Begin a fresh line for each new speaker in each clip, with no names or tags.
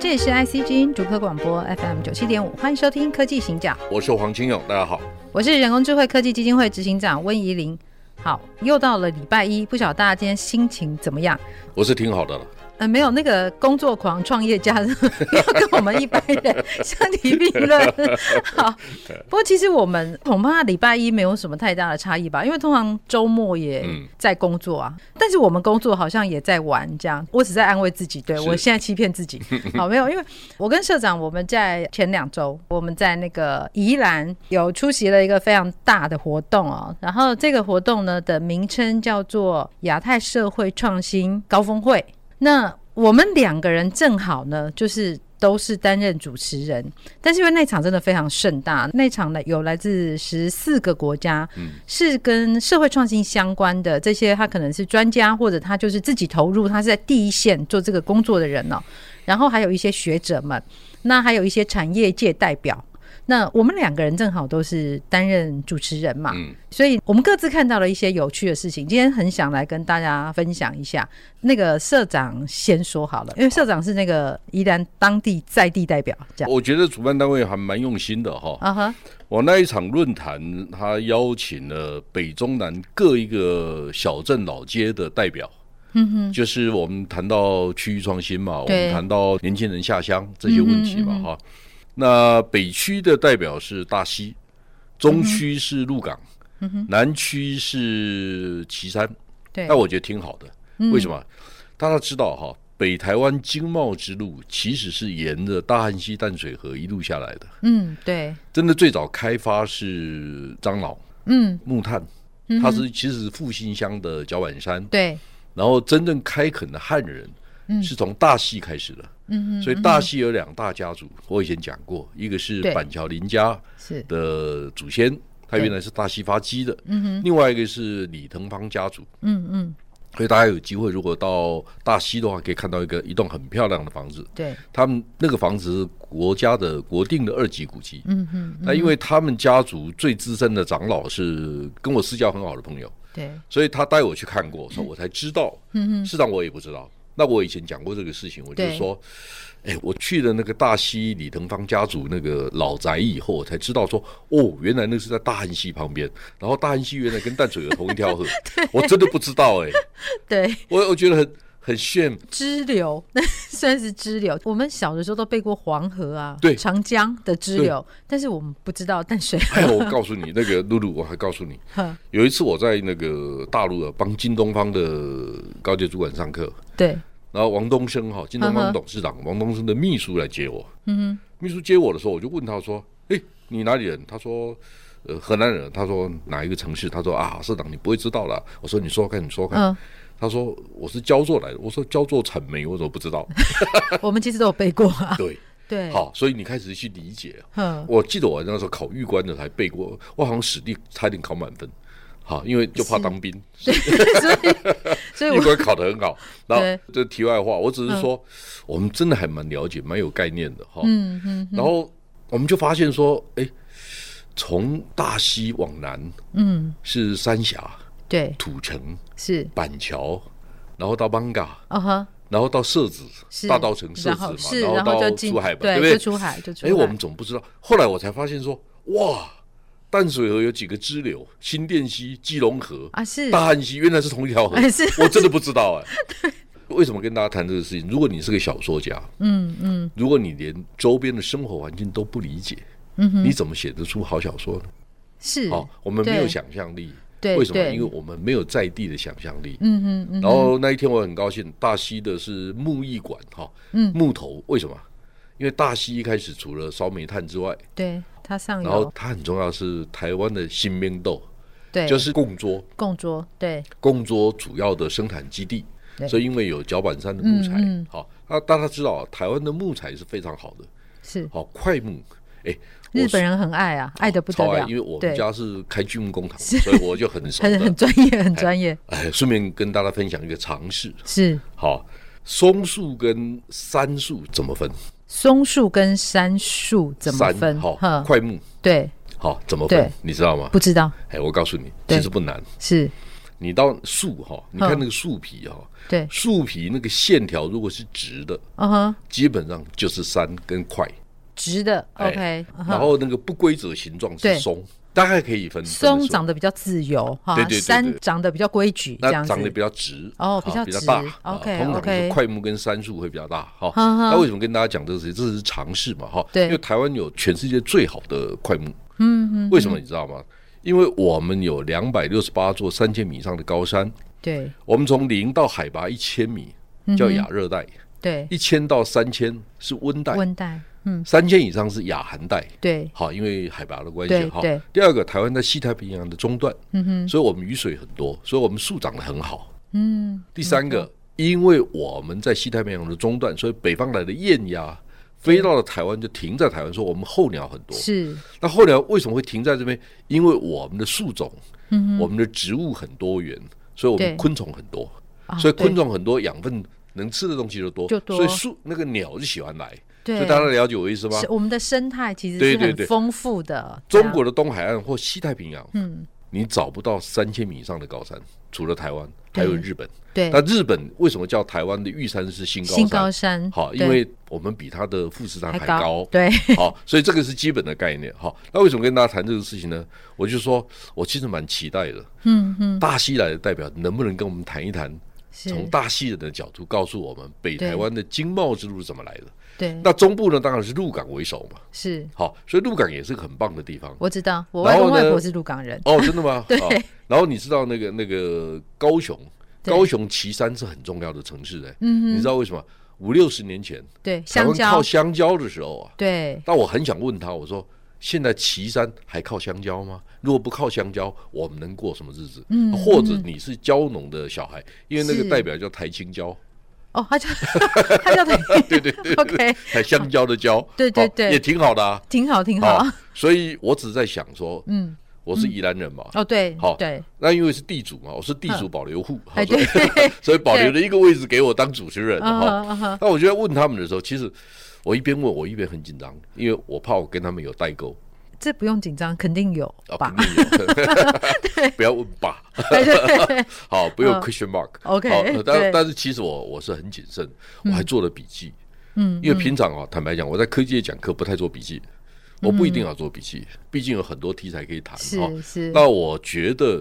这里是 IC 之音主客广播 FM 九七点五，欢迎收听科技行脚，
我是黄清勇，大家好。
我是人工智慧科技基金会执行长温怡玲。好，又到了礼拜一，不晓得大家今天心情怎么样？
我是挺好的了，
呃，没有那个工作狂创业家， 不要跟我们一般人相提并 论。好，不过其实我们恐怕礼拜一没有什么太大的差异吧，因为通常周末也
嗯
在工作啊，但是我们工作好像也在玩这样。我只在安慰自己，对
是
我现在欺骗自 己。好，没有，因为我跟社长我们在前两周我们在那个宜兰有出席了一个非常大的活动哦，然后这个活动呢的名称叫做亚太社会创新高峰会。那我们两个人正好呢，就是都是担任主持人，但是因为那场真的非常盛大，那场呢有来自十四个国家，是跟社会创新相关的这些，他可能是专家或者他就是自己投入，他是在第一线做这个工作的人哦。然后还有一些学者们，那还有一些产业界代表。那我们两个人正好都是担任主持人嘛，
嗯
所以我们各自看到了一些有趣的事情。今天很想来跟大家分享一下。那个社长先说好了，因为社长是那个宜兰当地在地代表，这样。
我觉得主办单位还蛮用心的哈。
啊哈，
我那一场论坛，他邀请了北中南各一个小镇老街的代表。嗯哼，就是我们谈到区域创新嘛，我
对
们谈到年轻人下乡这些问题嘛，哈、那北区的代表是大溪，中区是鹿港，南区是旗山，
对，嗯
那我觉得挺好的。为什么？大家知道哈，北台湾经贸之路其实是沿着大汉溪淡水河一路下来的。
嗯，对，
真的最早开发是樟脑、
嗯，
木炭，它是其实是复兴乡的脚板山，
对，
然后真正开垦的汉人。
嗯
是从大溪开始的，嗯所以大溪有两大家族，我以前讲过，一个是
对
板桥林家
是，
的祖先，他
对
原来是大溪发迹的，嗯另外一个是李腾芳家族，
嗯嗯，
所以大家有机会，如果到大溪的话，可以看到一个一栋很漂亮的房子。
对，
他们那个房子是国家的国定的二级古迹。
嗯嗯，
那因为他们家族最资深的长老是跟我私交很好的朋友，
对，
所以他带我去看过，所以我才知道。嗯嗯，事实上我也不知道。那我以前讲过这个事情，我就
对
是说，哎，我去了那个大溪李腾芳家族那个老宅以后，我才知道说，哦，原来那是在大汉溪旁边，然后大汉溪原来跟淡水河同一条 河，我真的不知道哎、
对，
我我觉得很很炫，
支流， 那算是支流。我们小的时候都背过黄河啊，
对
长江的支流，但是我们不知道淡 水
哎呦，我告诉你，那个露露，我还告诉 你
呵，
有一次我在那个大陆啊，帮京东方的高级主管上课，
对，
然后王东升哈，京东
嗯哼
方董事长王东升的秘书来接我，嗯秘书接我的时候，我就问他说，哎，你哪里人？他说。呃，河南人，他说哪一个城市？他说啊，社长你不会知道啦。我说你说看，你说看。
嗯，
他说我是焦作来的。我说焦作产煤，我怎么不知道？
我们其实都有背过 啊。
对，
对，，
好，所以你开始去理解。
嗯，
我记得我那时候考玉官的还背过，我好像史地差点考满分，好，因为就怕当兵，
所以，所以
玉
我
官考得 很好。然
对
后这题外话，我只是说，我们真的还蛮了解、蛮有概念的哈。
嗯嗯，
然后我们就发现说，哎，从大溪往南，
嗯，
是三峡、
对，
土城、
是，
板桥，然后到邦嘎。
哦呵，
然后到社子
是，
大稻城社
然
子嘛
后是，，
然后
就
到
进
珠海吧，
对
不
就
对？
出海就出海。
哎，我们总不知道。后来我才发现说，哇，淡水河有几个支流，新店溪、基隆河、
啊是
大汉溪，原来是同一条河。
哎是
我真的不知 道哎、为什么跟大家谈这个事情？如果你是个小说家，嗯嗯，如果你连周边的生活环境都不理解，嗯你怎么写得出好小说呢？
是，
好、我们没有
对
想象力。
对
为什么？
对
因为我们没有在地的想象力。
嗯哼嗯
然后那一天我很高兴，大溪的是木艺馆哈，
嗯
木头为什么？因为大溪一开始除了烧煤炭之外，
对，它上
然后
游
它很重要是台湾的新兵豆，
对，
就是供桌，
供桌，对，
供桌主要的生产基地
对。
所以因为有脚板山的木材
嗯嗯，
好、那大家知道啊台湾的木材是非常好的，
是
好、快木，哎，我
日
是
本人很爱啊，爱的不得
超爱
了，，
因为我
对
们家是开锯木工厂，所以我就 很熟
很
的
很。专业，很专业，
哎，顺便跟大家分享一个常识，
是
好，松树跟杉树怎么分？
松树跟杉树怎么
杉
分？
好
哼，
快木
对，
好怎么分
对？
你知道吗？
不知道，
哎，我告诉你，
对
其实不难。
是
你到树哈，你看那个树皮哈，
对，
树皮那个线条如果是直的，
嗯哼，
基本上就是杉跟块，
直的
哎
，OK，嗯哼
然后那个不规则形状
对
是松，大概可以分分得
松
出
长得比较自由哈
对，对对对
山长得比较规矩，这
那
样子
长得比较直
哦
啊
比较
比较
直
大。啊
OK，
通常
OK
是快木跟杉树会比较大哈。
哼哼
那为什么跟大家讲这个事情？这是常识嘛哈。
对
因为台湾有全世界最好的快木。嗯嗯。为什么你知道吗？因为我们有两百六十八座三千米以上的高山，
对
我们从零到海拔一千米
嗯
叫亚热带，
对，
一千到三千是温带，
温带，嗯，
三千以上是亚寒带。
对
好，因为海拔的关系
对
哈
对。
第二个，台湾在西太平洋的中段，嗯哼，所以我们雨水很多，所以我们树长得很好，嗯。第三个，因为我们在西太平洋的中段，所以北方来的雁鸭飞到了台湾就停在台湾，说我们候鸟很多。
是，
那候鸟为什么会停在这边？因为我们的树种，嗯，我们的植物很多元，所以我
对
们昆虫很多，
啊
所以昆
对
虫很多，养分能吃的东西就多，
就多
所以树那个鸟就喜欢来。所
对
以大家了解我意思吗？
是我们的生态其实
对
是
对
很
对
丰富的，这
中
样
国的东海岸或西太平洋，
啊嗯，
你找不到三千米以上的高山，除了台湾，
对
还有日本。
对
那日本为什么叫台湾的玉山是新高
新
山？
高山，
好，
对
因为我们比它的富士山
还
还高。
对，
好，所以这个是基本的概念。好，那为什么跟大家谈这个事情呢？我就说，我其实蛮期待的。
嗯嗯，
大西来的代表能不能跟我们谈一谈，
是，
从大西人的角度告诉我们北
对
台湾的经贸之路是怎么来的？
对，
那中部呢，当然是鹿港为首嘛。
是
好，所以鹿港也是个很棒的地方。
我知道，我
然
外公
后
外
呢
婆是鹿港人，
哦，真的吗？
对
啊然后你知道那个那个高雄，
对
高雄旗山是很重要的城市哎、嗯，你知道为什么？五六十年前，
对，
台
香
湾靠
蕉，
香蕉的时候啊，
对，
但我很想问他，我说现在旗山还靠香蕉吗？如果不靠香蕉，我们能过什么日子？嗯，或者你是蕉农的小孩，因为那
是
个代表叫台青蕉，
哦，他叫 他叫 对对对，OK，
台香蕉的蕉，
对对
好
对
也挺好的啊。
挺好挺好，
啊所以我只在想说，
嗯，
我是宜兰人嘛，
哦对，
好
对，
那因为是地主嘛，我是地主保留户，
哎
好所以
对
所以保留了一个位置给我当主持人
嗯
哈。
哼嗯哼
那我就在问他们的时候，其实我一边问我一边很紧张，因为我怕我跟他们有代沟
这不用紧张，肯定有
啊，
吧
肯？ 定有，不要问爸，
对 对对，
好，不用
嗯
question mark。
OK，
好呃但
对
但是其实我我是很谨慎，我还做了笔记，嗯，因为平常啊，坦白讲，我在科技界讲课不太做笔记，我不一定要做笔记，毕竟有很多题材可以谈哈。
是是，
那我觉得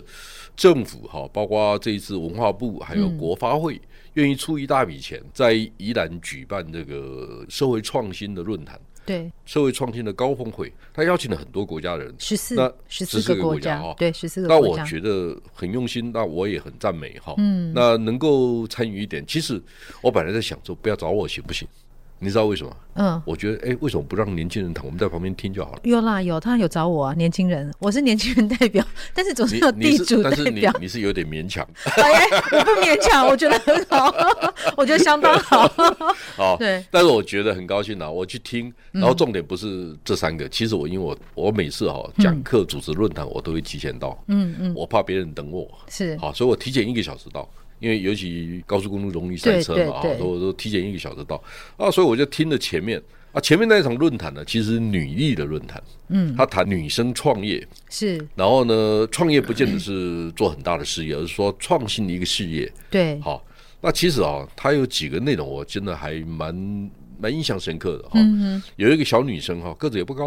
政府哈，包括这一次文化部还
嗯
有国发会，愿意出一大笔钱，在宜兰举办这个社会创新的论坛、
对，
社会创新的高峰会，他邀请了很多国家人。
十四
那
十四
14
个
个
国
国家
家
哦，
对，十四个
那
国
我
家，
觉得很用心，那我也很赞美哈。
嗯
那能够参与一点，其实我本来在想说，不要找我行不行？你知道为什么？
嗯。
我觉得，哎，为什么不让年轻人谈？我们在旁边听就好了。
有啦有，他有找我啊，年轻人，我是年轻人代表，但是总是
你
有
你
地
是，
主代
但是你
表。
你是有点 勉强
哎，我不勉强，我觉得很好， 我觉得相当好。
啊。
对
但是我觉得很高兴啊，我去听，
嗯
然后重点不是这三个，其实我因为我我每次哈、讲课、主持论坛，我都会提前到，
嗯嗯，
我怕别人等我，啊
是
好，所以我提前一个小时到，因为尤其高速公路容易塞车嘛，啊，
对对对
所以我都提前一个小时到啊，所以我就听了前面啊，前面那一场论坛呢，其实是女力的论坛，嗯，他谈女生创业，
是，
然后呢，创业不见得是做很大的事业，而是说创新的一个事业，
对，
好，那其实啊，它有几个内容我真的还蛮蛮印象深刻的哈、
嗯哼，
有一个小女生哈、个子也不高，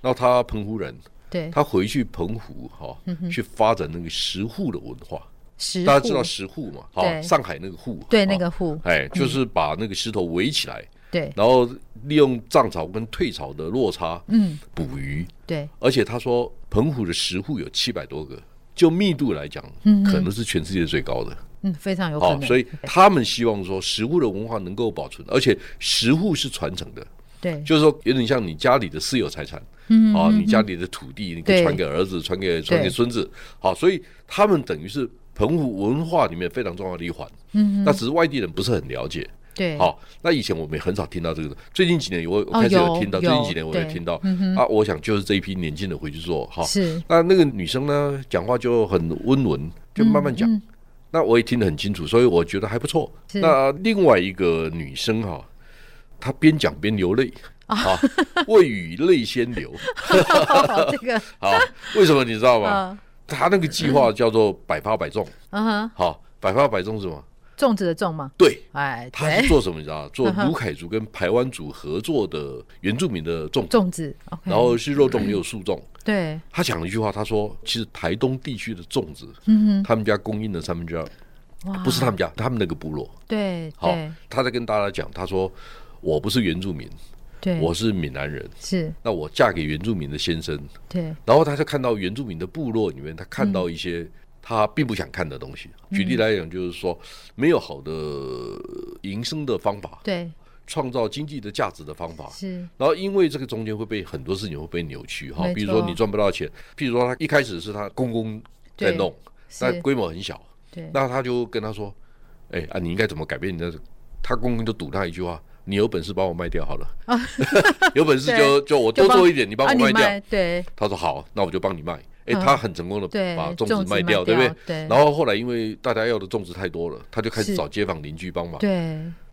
然后她澎湖人，
对，
她回去澎湖哈、去发展那个石沪的文化。
嗯石
大家知道
户
石沪嘛？哈、
对
上海那个沪，
对
啊
那个户，
哎，就是把那个石头围起来，
对
然后利用涨潮跟退潮的落差，
嗯，
捕鱼。
对，
而且他说，澎湖的石沪有七百多个，就密度来讲，可能是全世界最高的。
嗯，非常有可
好，
能。
所以他们希望说石沪的文化能够保存，而且石沪是传承的，
对，
就是说有点像你家里的私有财产，
嗯
啊，你家里的土地，你可
对
以传给儿子，传给传给孙子，好，所以他们等于是澎湖文化里面非常重要的一环，
嗯，
那只是外地人不是很了解，
对，
好，那以前我们也很少听到这个的，最近几年我我
哦
开始有
有
听到，
有嗯
最近几年我也
对
听到，啊，我想就是这一批年轻人回去做，哈，
是，
那那个女生呢，讲话就很温文，就慢慢讲。
嗯
那我也听得很清楚，所以我觉得还不错。
是
那另外一个女生哈、她边讲边流泪啊，未雨泪先 流
这个，
啊。为什么你知道吗？
嗯
她那个计划叫做百发百中，
嗯哼，
好、百发百中是什么？
粽子的粽嘛，
对，
哎，
她是
对，
做什么？你知道吗？做
嗯哼
卢凯族跟台湾族合作的原住民的种，
粽子，OK，
然后是肉粽也有素粽。
对，
她讲了一句话，她说：“其实台东地区的粽子，
嗯
他们家供应了三分之二。”
哼，哇
不是他，们家，他们那个部落。
对
好
对，
他在跟大家讲，他说：“我不是原住民，
对，
我是闽南人。
是
那我嫁给原住民的先生，
对，
然后他就看到原住民的部落里面，他看到一些
嗯
他并不想看的东西。举例来讲，就是说没有好的营生的方法，
对，
创造经济的价值的方法。”
是，
然后因为这个中间会被很多事情会被扭曲哈
没，
比如说
错
你赚不到钱，譬如说他一开始是他公公在
对
弄，但
是，
规模很小，
对，
那他就跟他说：“哎、啊，你应该怎么改变你的？”他公公就赌他一句话：“你有本事把我卖掉好 了，有本事就就我
就
多
帮
做一点，你帮
啊
我
你
卖掉。
卖对
他说：“好，那我就帮你卖。”哎，
嗯
他很成功的
对，
把
粽
子卖掉，对不对？？
对，
然后后来因为大家要的粽子太多了，他就开
是
始找街坊邻居帮忙。
对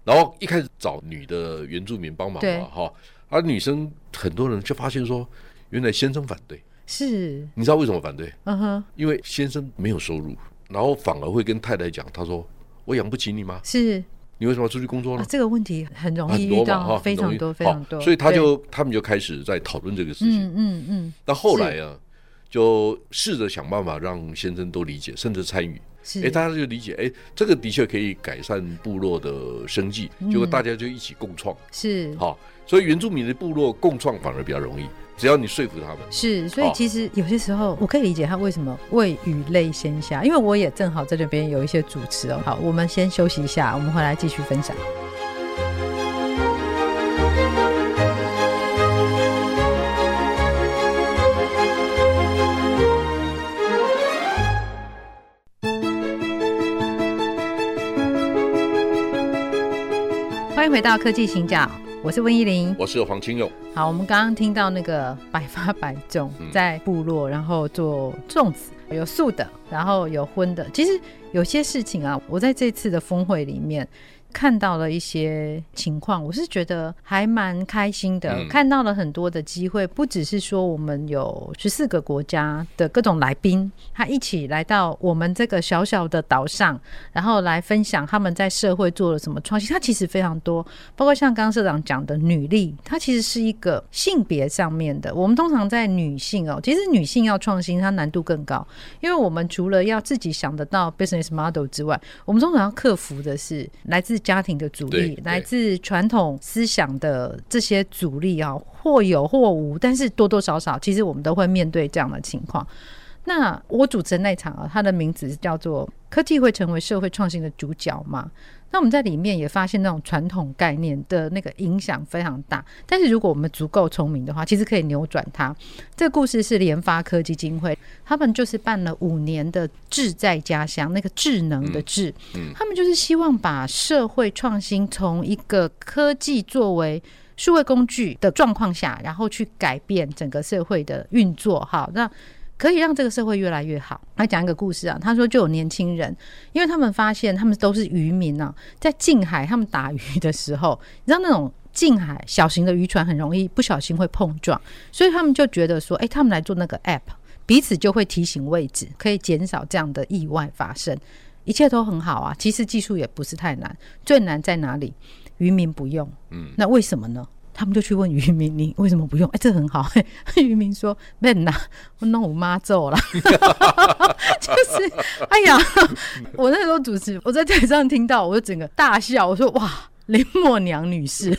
然后一开始找女的原住民帮忙
对
嘛，哈，而女生很多人就发现说，原来先生反对，
是，
你知道为什么反对？
嗯哼，
因为先生没有收入，然后反而会跟太太讲，他说：“我养不起你吗？
是
你为什么要出去工作
啊
呢，？”啊
这个问题很容易
很
遇
多嘛，
到，
哈，
非
很容
常
易
多，非
好
常多，
所以他
对
就他们就开始在讨论这个事情。
嗯嗯嗯，
那后来啊，就试着想办法让先生都理解，甚至参与。
是，
哎，大家就理解，哎，这个的确可以改善部落的生计，
嗯
结果大家就一起共创。
是
好，所以原住民的部落共创反而比较容易，只要你说服他们。
是，所以
好
其实有些时候我可以理解他为什么未雨泪先下，因为我也正好在这边有一些主持哦。好，我们先休息一下，我们回来继续分享。欢迎回到科技行脚，我是温依玲，
我是黄清勇，
好，我们刚刚听到那个百发百中，
嗯
在部落，然后做粽子，有素的，然后有荤的。其实有些事情啊，我在这次的峰会里面看到了一些情况，我是觉得还蛮开心的，
嗯
看到了很多的机会，不只是说我们有十四个国家的各种来宾，他一起来到我们这个小小的岛上，然后来分享他们在社会做了什么创新。它其实非常多，包括像刚刚社长讲的女力，它其实是一个性别上面的。我们通常在女性哦，其实女性要创新，它难度更高，因为我们除了要自己想得到 business model 之外，我们通常要克服的是来自家庭的阻
对
力
对，
来自传统思想的这些阻力啊、或有或无，但是多多少少，其实我们都会面对这样的情况。那我主持的那一场啊，它的名字叫做《科技会成为社会创新的主角》嘛。那我们在里面也发现那种传统概念的那个影响非常大，但是如果我们足够聪明的话，其实可以扭转它。这个故事是联发科基金会，他们就是办了五年的“智在家乡”那个智能的智，
嗯嗯
他们就是希望把社会创新从一个科技作为数位工具的状况下，然后去改变整个社会的运作，哈，那可以让这个社会越来越好。来讲一个故事啊，他说就有年轻人，因为他们发现他们都是渔民啊，在近海他们打鱼的时候，你知道那种。近海小型的渔船很容易不小心会碰撞，所以他们就觉得说，哎、他们来做那个 app，彼此就会提醒位置，可以减少这样的意外发生，一切都很好啊。其实技术也不是太难，最难在哪里？渔民不用，嗯，那为什么呢？他们就去问渔民，你为什么不用？哎、这很好、 嘿渔民说：“没呐，我弄我妈揍了。” 就是，哎呀，我那时候主持，我在台上听到，我就整个大笑，我说：“哇，林默娘女士，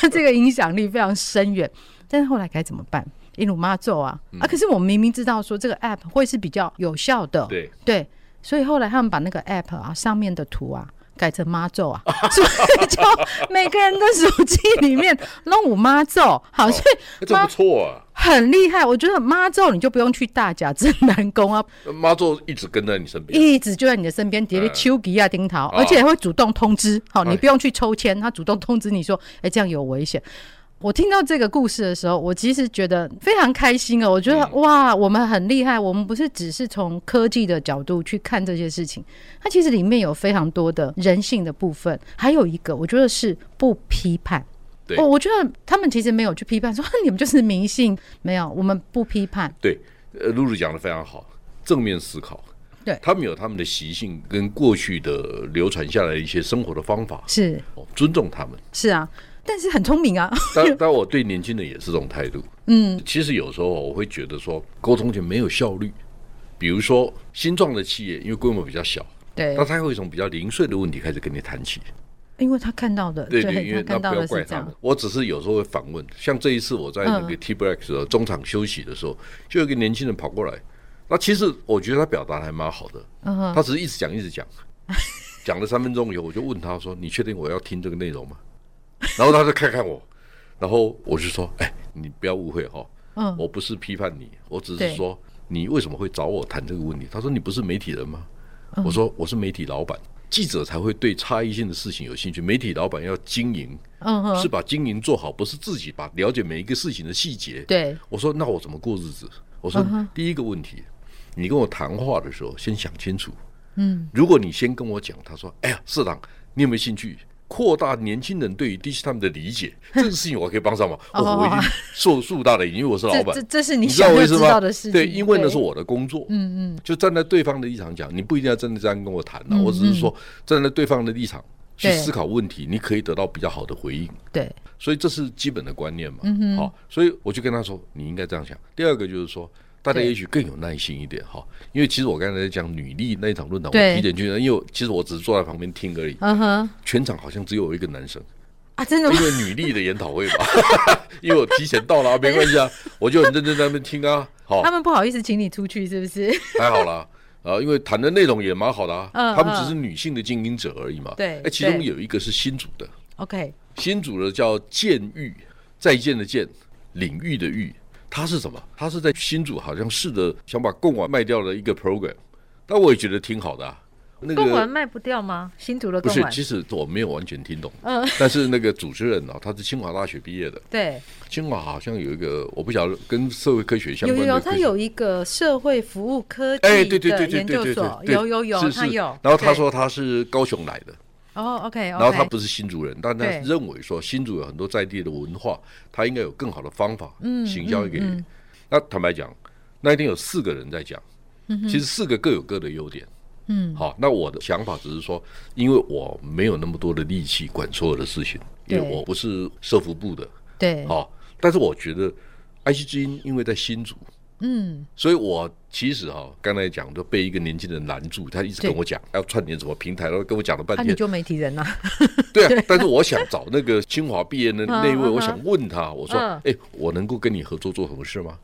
这个影响力非常深远。”但是后来该怎么办？一路妈揍啊、啊！可是我明明知道说这个 app 会是比较有效的，
对，
对，所以后来他们把那个 app 啊上面的图啊改成妈咒啊， 所以就每个人的手机里面弄五妈咒，好，所
哎
以
这
妈
不错啊。
很厉害。我觉得妈咒你就不用去大甲镇南宫啊，
妈祖一直跟在你身边，
一哦直就在你的身边，叠个
嗯
丘吉亚丁桃，而且会主动通知，好，
哎
你不用去抽签，他主动通知你说，哎，这样有危险。我听到这个故事的时候，我其实觉得非常开心哦。我觉得、哇，我们很厉害，我们不是只是从科技的角度去看这些事情，它其实里面有非常多的人性的部分，还有一个我觉得是不批判。哦
对
我、我觉得他们其实没有去批判，说啊你们就是迷信，没有，我们不批判。
对，呃，露露讲的非常好，正面思考。
对
他们有他们的习性跟过去的流传下来的一些生活的方法，
是
哦尊重他们。
是啊，但是很聪明啊。
但但我对年轻人也是这种态 度。嗯，其实有时候我会觉得说沟通就没有效率。比如说新创的企业，因为规模比较小，
对
那，他会从比较零碎的问题开始跟你谈起。
因为他看到的，
对对，因为
他看
那
到
不要
的
怪
是这
他们
样，。嗯
我只是有时候会反问，像这一次我在那个 T break 的时候，中场休息的时候，就有一个年轻人跑过来。那其实我觉得他表达得还蛮好的，
嗯哼，
他只是一直讲一直讲，讲了三分钟以后，我就问他说：“你确定我要听这个内容吗？”然后他就看看我，然后我就说：“哎，你不要误会哈、
嗯
我不是批判你，我只
对
是说你为什么会找我谈这个问题？”他说：“你不是媒体人吗？”
嗯
我说：“我是媒体老板，记者才会对差异性的事情有兴趣，媒体老板要经营。”
嗯哼，
是把经营做好，不是自己把了解每一个事情的细节。
对，
我说那我怎么过日子？我
嗯
说、第一个问题，你跟我谈话的时候先想清楚。嗯，如果你先跟我讲，他说：“哎呀，社长，你有没有兴趣扩大年轻人对于 d i g i 他们的理解？这个事情我可以 帮上忙。
哦
哦”我已经受树大的因为我是老
这
板
这。这是
你知道
想
我
要
意思
知
吗
道的事？情。
对，因为那是
对
我的工作。嗯嗯，就站在对方的立场讲，你不一定要真的这样跟我谈了、啊我只是说站在对方的立场去
嗯对
思考问题，你可以得到比较好的回应。
对，
所以这是基本的观念嘛。好、
嗯
所以我就跟他说，你应该这样想。第二个就是说，大家
对
也许更有耐心一点哈，因为其实我刚才在讲女力那一场论坛，
对
我提点去，因为我其实我只是坐在旁边听而已，
嗯哼，
全场好像只有我一个男生，
啊，真 的吗
因？为女力的研讨会吧， 因为我提前到了、啊，没关系啊，我就很认真在那边听啊，好、
他们不好意思请你出去，是不是？
还好啦。啊，因为谈的内容也蛮好的啊，
嗯
他们只是女性的经营者而已嘛。
对
哎，其中
对
有一个是新主的，
OK，
新主的叫建域，再见的见，领域的域，他是什么？他是在新主好像试着想把贡丸卖掉的一个 program，但我也觉得挺好的啊。那
贡丸
个
卖不掉吗？新竹的
不
贡
是，
丸
其实我没有完全听懂，
嗯
但是那个主持人啊，他是清华大学毕业的，
对，
清华好像有一个我不晓得跟社会科学相
有有
关
有，
的
他
科学。
有一个社会服务科技
哎，对对对
的
对
研
对
究
对
所，
对，
有有有，
是
他
是
有。
然后他
对，
说他是高雄来的，
哦，OK，
然后他不是新竹人，但他
对
认为说新竹有很多在地的文化，他应该有更好的方法行销给。那坦白讲，那一天有四个人在讲，其实四个各有各的优点。嗯，好，那我的想法只是说，因为我没有那么多的力气管所有的事情，因为
对
我不是社服部的，
对，
好、但是我觉得 IC 之音因为在新竹，嗯，所以我其实哈、刚才讲都被一个年轻人拦住，他一直跟我讲要串联什么平台，然后跟我讲了半
那
天
啊你，就媒体人了，
对啊，但是我想找那个清华毕业的那一
嗯
位，
嗯
我想问他，我说
嗯：“
哎，我能够跟你合作做什么事吗？”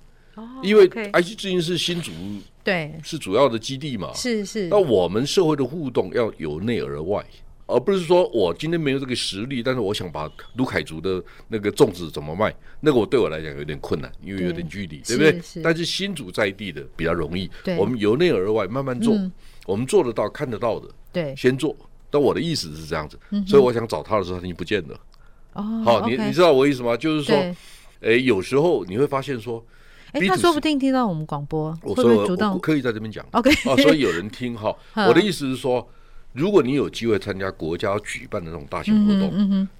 因为哎
OK
IC 之音是新竹
哦对，
是主要的基地嘛，
是是
那，我们社会的互动要由内而外，而不是说我今天没有这个实力，但是我想把卢凯族的那个粽子怎么卖，那个我对我来讲有点困难，因为有点距离，对
对
不对
是是？
但是新竹在地的比较容易
对，
我们由内而外慢慢做，我们做得到、看得到的，
对，
先做。但我的意思是这样子，所以我想找他的时候，他已经不见了。
嗯哦，
好，你
OK
你知道我意思吗？就是说，
对，
诶，有时候你会发现说，
哎，
B
他
组
说
是
不定听到我们广播，会
我
不
说
会
我
主
我
动
刻意在这边讲
OK
啊，所以有人听哈。
嗯
我的意思是说，如果你有机会参加国家举办的那种大型活
嗯
动，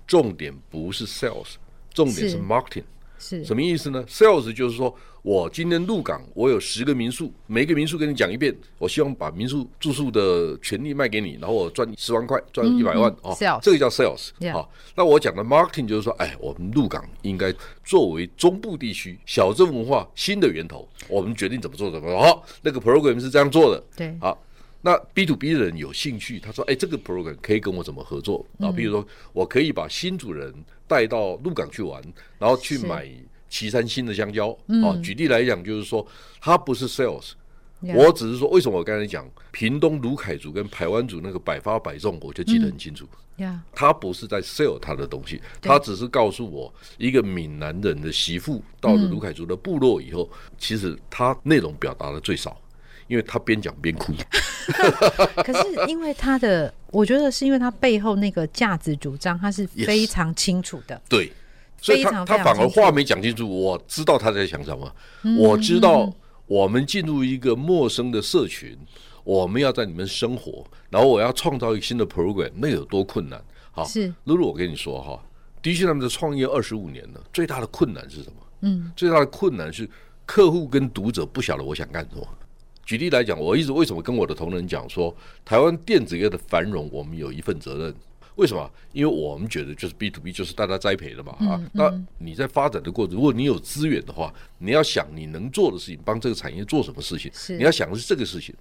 重点不是 sales，重点
是
是 marketing。
是
什么意思呢？sales 就是说我今天入港，我有十个民宿，每个民宿跟你讲一遍，我希望把民宿住宿的权利卖给你，然后我赚十万块，赚一百万
嗯
哦
sales
这个叫 sales
Yeah
好、那我讲的 marketing 就是说，哎，我们入港应该作为中部地区小镇文化新的源头，我们决定怎么做怎么做。好、那个 program 是这样做的，
对
好，那 B to B 的人有兴趣，他说：“哎，这个 program 可以跟我怎么合作？啊，
嗯
比如说，我可以把新主人带到鹿港去玩，然后去
是嗯
买岐山新的香蕉。啊，举例来讲，就是说，它不是 sales，
Yeah
我只是说，为什么我刚才讲屏东卢凯族跟台湾族那个百发百中，我就记得很清楚。
呀，
他不是在 sell 他的东西，
嗯对
他只是告诉我，一个闽南人的媳妇到了
嗯
卢凯族的部落以后，其实他内容表达的最少，因为他边讲边哭。
可是因为他的， 我觉得是因为他背后那个价值主张，他是
Yes
非常清楚的。
对，所以
非
他
常
他
非常嗯
反而
清楚
话没讲清楚，我知道他在想什么，我知道我们进入一个陌生的社群，我们要在里面生活，然后我要创造一个新的 program，那有多困难？好，
是
露露，我跟你说哈，的确他们在创业二十五年了，最大的困难是什么？
嗯，
最大的困难是客户跟读者不晓得我想干什么。举例来讲，我一直为什么跟我的同仁讲说，台湾电子业的繁荣，我们有一份责任。为什么？因为我们觉得就是 B to B 就是大家栽培的嘛、啊。那你在发展的过程，如果你有资源的话，你要想你能做的事情，帮这个产业做什么事情
是，
你要想的是这个事情。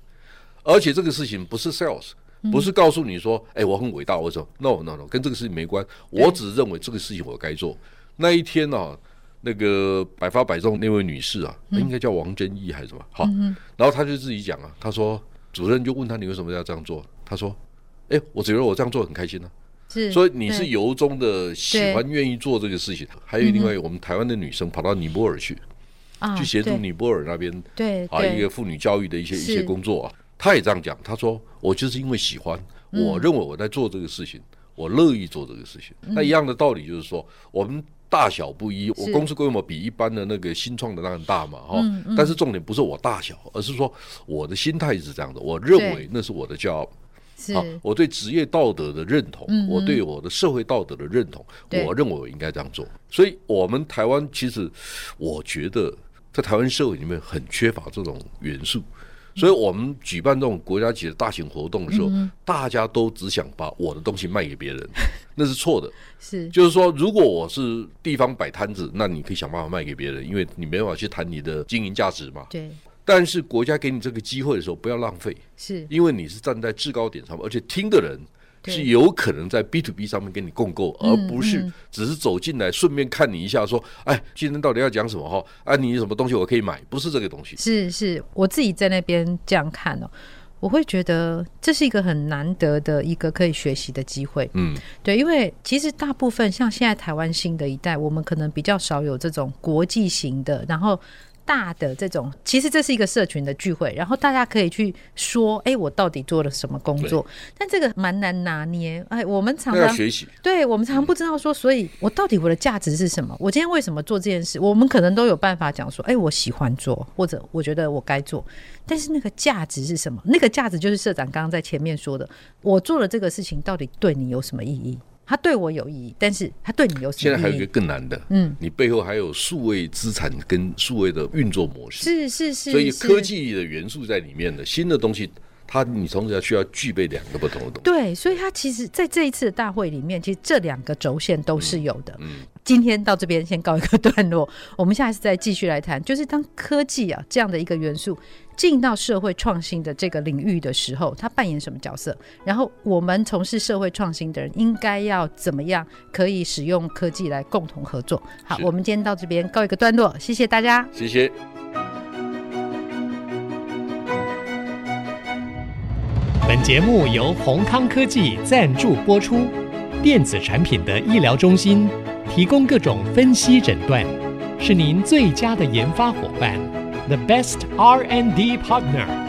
而且这个事情不是 sales，不是告诉你说，哎、我很伟大，我说 no no no，跟这个事情没关，我只认为这个事情我该做。那一天呢、啊，那个百发百中那位女士啊，应该叫王珍义还是什么？好，然后她就自己讲啊，她说主任就问她你为什么要这样做？她说，哎、我觉得我这样做很开心啊。
是，
所以你
对
是由衷的喜欢愿意做这个事情。还有另外我们台湾的女生跑到尼泊尔去，
嗯啊
去协助
对
尼泊尔那边
对
啊，
对
一个妇女教育的一些一些
是
工作啊，他也这样讲，他说我就是因为喜欢，
嗯
我认为我在做这个事情，我乐意做这个事情。那一样的道理就是说，我们大小不一，我
嗯是
公司规模比一般的那个新创的当然大嘛，哈、
嗯
但是重点不是我大小，而是说我的心态是这样的，我认为
对
那是我的骄傲。
是嗯
好，啊我对职业道德的认同，我对我的社会道德的认同，
对
我认为我应该这样做。所以，我们台湾其实，我觉得在台湾社会里面很缺乏这种元素。
嗯
所以我们举办这种国家级的大型活动的时候，大家都只想把我的东西卖给别人， 那是错的。
是
就是说，如果我是地方摆摊子，那你可以想办法卖给别人，因为你没办法去谈你的经营价值嘛。
对
但是国家给你这个机会的时候，不要浪费。
是
因为你是站在制高点上面，而且听的人
对嗯
是有可能在 B to B 上面跟你共购，而不是只是走进来顺便看你一下，说，哎，今天到底要讲什么哈？啊，你有什么东西我可以买？不是这个东西，
是是，我自己在那边这样看哦，我会觉得这是一个很难得的一个可以学习的机会。
嗯，
对，因为其实大部分像现在台湾新的一代，我们可能比较少有这种国际型的，然后大的这种，其实这是一个社群的聚会，然后大家可以去说，哎，我到底做了什么工作？但这个蛮难拿捏，哎，我们常
那要
常。
学习。
对我们
嗯
常常不知道说，所以我到底我的价值是什么？我今天为什么做这件事？我们可能都有办法讲说，哎，我喜欢做，或者我觉得我该做，但是那个价值是什么？那个价值就是社长刚刚在前面说的，我做了这个事情到底对你有什么意义？它对我有意义，但是它对你有什
现在还
么
有一
意
个
义？
更难的，
嗯，
你背后还有数位资产跟数位的运作模式，
是是是，
所以
是
科技的元素在里面的新的东西，它你同时要需要具备两个不同的东西。
对，所以它其实在这一次的大会里面，其实这两个轴线都是有的。今天到这边先告一个段落，我们下一次再继续来谈，就是当科技啊这样的一个元素进到社会创新的这个领域的时候，它扮演什么角色？然后我们从事社会创新的人应该要怎么样可以使用科技来共同合作？好，
是
我们今天到这边告一个段落，谢谢大家。
谢谢。
本节目由宏康科技赞助播出。电子产品的医疗中心提供各种分析诊断，是您最佳的研发伙伴，the best R&D partner。